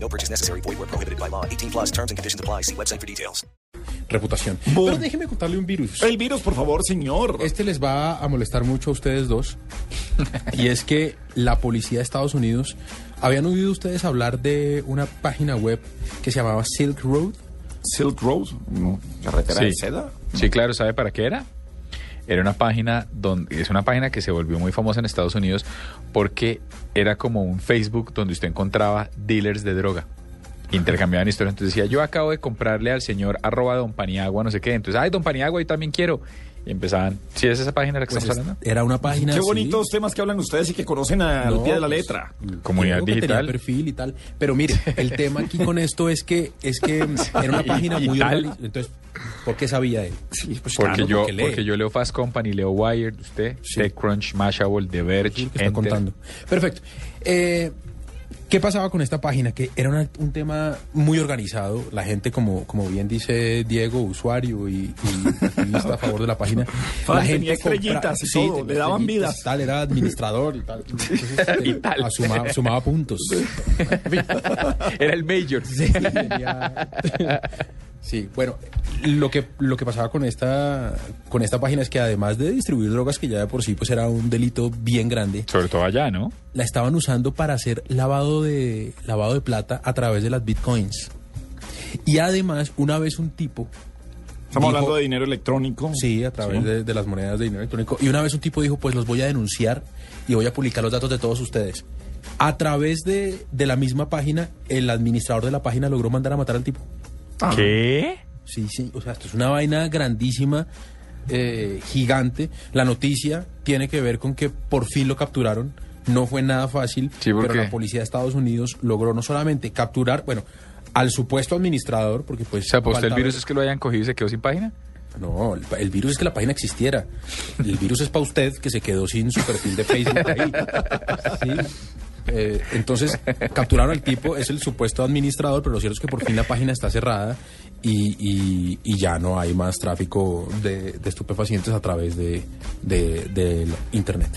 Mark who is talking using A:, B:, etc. A: No purchase necessary. Void where prohibited by law. 18 plus terms and conditions apply. See website for details.
B: reputación.
C: Boom.
B: Pero déjeme contarle un virus.
C: El virus, por favor, señor.
B: Este les va a molestar mucho a ustedes dos. y es que la policía de Estados Unidos, ¿habían oído ustedes hablar de una página web que se llamaba Silk Road?
C: Silk Road, no, carretera de
D: Sí.
C: seda.
B: Ah,
D: Sí, claro, ¿sabe para qué era? Era una página donde es una página que se volvió muy famosa en Estados Unidos porque era como un Facebook donde usted encontraba dealers de droga. Intercambiaban historias. Entonces decía, yo acabo de comprarle al señor arroba don Paniagua, no sé qué. Entonces, ay, don Paniagua, yo también quiero. Y empezaban, si es esa página de la que
B: Pues
D: estamos
B: es-
D: hablando?
B: era una página
C: Qué
B: así.
C: bonitos temas que hablan ustedes y que conocen al
B: No,
C: pie de la
B: pues,
C: letra.
D: Comunidad
B: Creo que
D: digital.
B: tenía perfil y tal. Pero mire, el tema aquí con esto es que es que mm, era una página muy
D: tal.
B: organizada. Entonces, ¿por qué sabía él?
C: Sí, pues
D: Porque,
B: Claro,
D: yo,
B: porque lee.
D: porque yo leo Fast Company, leo Wired, usted,
B: Sí.
D: TechCrunch, Mashable, The
B: Sí,
D: Verge,
B: que está
D: Enter.
B: contando. Perfecto. Eh, ¿Qué pasaba con esta página? Que era una- un tema muy organizado. La gente, como, como bien dice Diego, usuario y, y activista a favor de la página.
C: Ah,
B: la compra-
C: tenía estrellitas y todo,
B: tenía
C: le daban
B: estrellitas,
C: vidas.
B: Tal, era administrador y tal. Entonces,
D: Y
B: eh,
D: tal.
B: asuma- sumaba puntos. En fin.
D: Era el Major.
B: Sí, tenía- Sí, bueno, lo que, lo que pasaba con esta, con esta página es que además de distribuir drogas, que ya de por sí pues era un delito bien grande,
D: Sobre todo allá, ¿no?
B: la estaban usando para hacer lavado de, lavado de plata a través de las bitcoins. Y además, una vez un tipo,
C: Estamos
B: Dijo-
C: hablando de dinero electrónico.
B: sí, a través
C: Sí.
B: De, de las monedas de dinero electrónico, y una vez un tipo dijo, pues los voy a denunciar y voy a publicar los datos de todos ustedes. A través de, de la misma página, el administrador de la página logró mandar a matar al tipo. Ah.
D: ¿Qué?
B: Sí, sí, o sea, esto es una vaina grandísima, eh, gigante. La noticia tiene que ver con que por fin lo capturaron. No fue nada fácil,
D: Sí, ¿por
B: pero
D: qué?
B: la policía de Estados Unidos logró no solamente capturar, bueno, al supuesto administrador, porque pues...
D: O sea, ¿para usted el
B: falta
D: virus
B: ver-
D: es que lo hayan cogido y se quedó sin página?
B: No, el, el virus es que la página existiera. El virus es para usted que se quedó sin su perfil de Facebook ahí. Sí. Eh, entonces, capturaron al tipo, es el supuesto administrador, pero lo cierto es que por fin la página está cerrada y, y- y ya no hay más tráfico de, de estupefacientes a través de, de- del Internet.